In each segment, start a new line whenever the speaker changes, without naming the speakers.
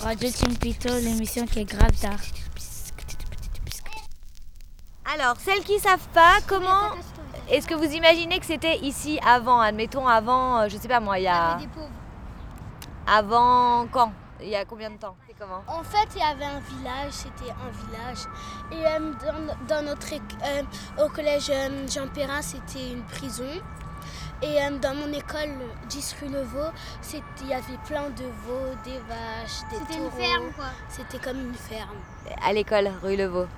Radio Timpito, l'émission qui est grave tard.
Alors, celles qui savent pas, comment est-ce que vous imaginez que c'était ici avant Admettons avant, euh, je sais pas moi, il y a. Avant quand Il y a combien de temps C'est comment
En fait, il y avait un village, c'était un village. Et euh, dans, no- dans notre éc- euh, au collège euh, Jean Perrin, c'était une prison. Et euh, dans mon école, euh, 10 rue Leveau, c'était- il y avait plein de veaux, des vaches, des
C'était une
taureaux.
ferme quoi.
C'était comme une ferme.
À l'école, rue Levaux.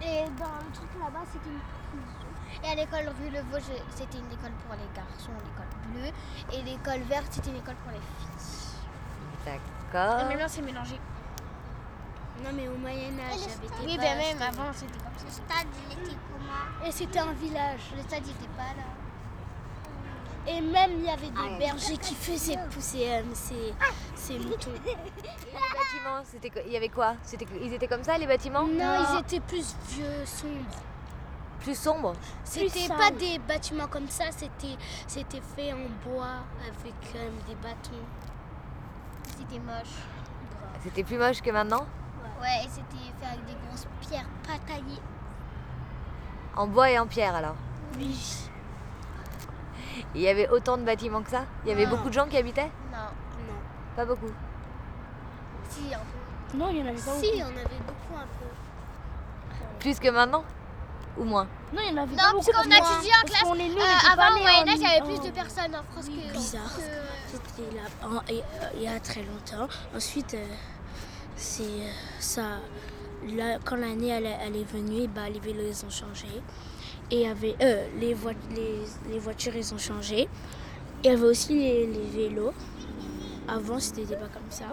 Et dans le truc là-bas, c'était une prison. Et à l'école rue Le Vosges, c'était une école pour les garçons, l'école bleue. Et l'école verte, c'était une école pour les filles.
D'accord.
c'est mélangé.
Non, mais au Moyen-Âge, il y avait des
Oui,
vaches,
ben même
des-
avant, c'était comme ça. Le stade, il était comment
Et c'était un village.
Le stade, il était pas là.
Et même, il y avait des bergers qui faisaient pousser euh, ces, ces moutons.
Les bâtiments, c'était co- il y avait quoi C'était ils étaient comme ça les bâtiments
Non, ils étaient plus vieux, sombres.
plus sombres.
C'était
Plus
pas
sales.
des bâtiments comme ça, c'était c'était fait en bois avec euh, des bâtons.
C'était moche.
C'était plus moche que maintenant
Ouais, et c'était fait avec des grosses pierres pas taillées.
En bois et en pierre alors. Oui. Il y avait autant de bâtiments que ça Il y avait
Non.
beaucoup de gens qui habitaient
Non.
Non.
Pas beaucoup.
Si, un peu.
Non, il y en avait
Si, on avait beaucoup un peu.
Plus que maintenant Ou moins
Non, il y en avait
Non, parce qu'on a étudié en classe.
est
euh, avant, au Moyen-Âge, il y avait plus de personnes en France que.
bizarre.
que-
euh, C'était là en- et, euh, il y a très longtemps. Ensuite, euh, c'est euh, ça. là, quand l'année elle, est- elle est venue, bah, les vélos ils ont changé. Et il y avait, euh, les, voi- les, les voitures ils ont changé. Et il y avait aussi les, les vélos. Avant c'était pas comme ça.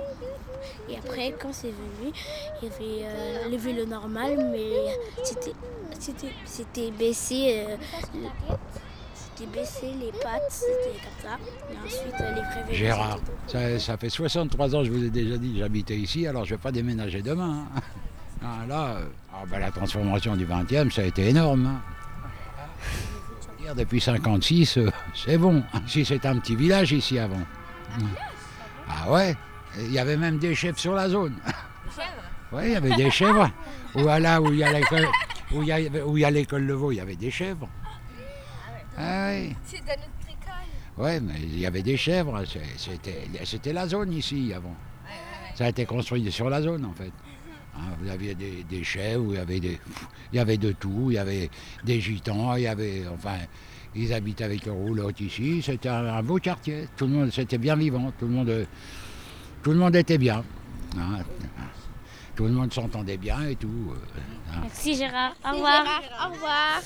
Et après quand c'est venu, il y avait euh, les vélos normaux, mais c'était c'était c'était baissé. euh, le- c'était baissé les pattes, c'était comme ça. Et ensuite euh, les vrais vélos,
Gérard,
c'était-
ça, ça fait 63 ans, je vous ai déjà dit que j'habitais ici, alors je ne vais pas déménager demain. hein. Ah, là, euh, ah, bah, la transformation du 20e, ça a été énorme. hein. Faut dire, Depuis 56, euh, c'est bon. Si c'est un petit village ici avant. Ah ouais Il y avait même des chèvres sur la zone. Oui, il y avait des chèvres. Voilà, où il y a l'école- où il y avait- où il y a l'école Levaux, il y avait des chèvres. Ah oui. Ouais, mais il y avait des chèvres. c'est- C'était, c'était la zone ici avant. Ça a été construit sur la zone en fait. Hein, vous aviez des, des chèvres, il y avait des, il y avait de tout, il y avait des gitans, il y avait, enfin, ils habitent avec leur roulotte ici. C'était un, un beau quartier. Tout le monde, c'était bien vivant. Tout le monde, euh, tout le monde était bien. hein. Tout le monde s'entendait bien et tout. euh.
Merci Gérard. Au revoir.
Au revoir.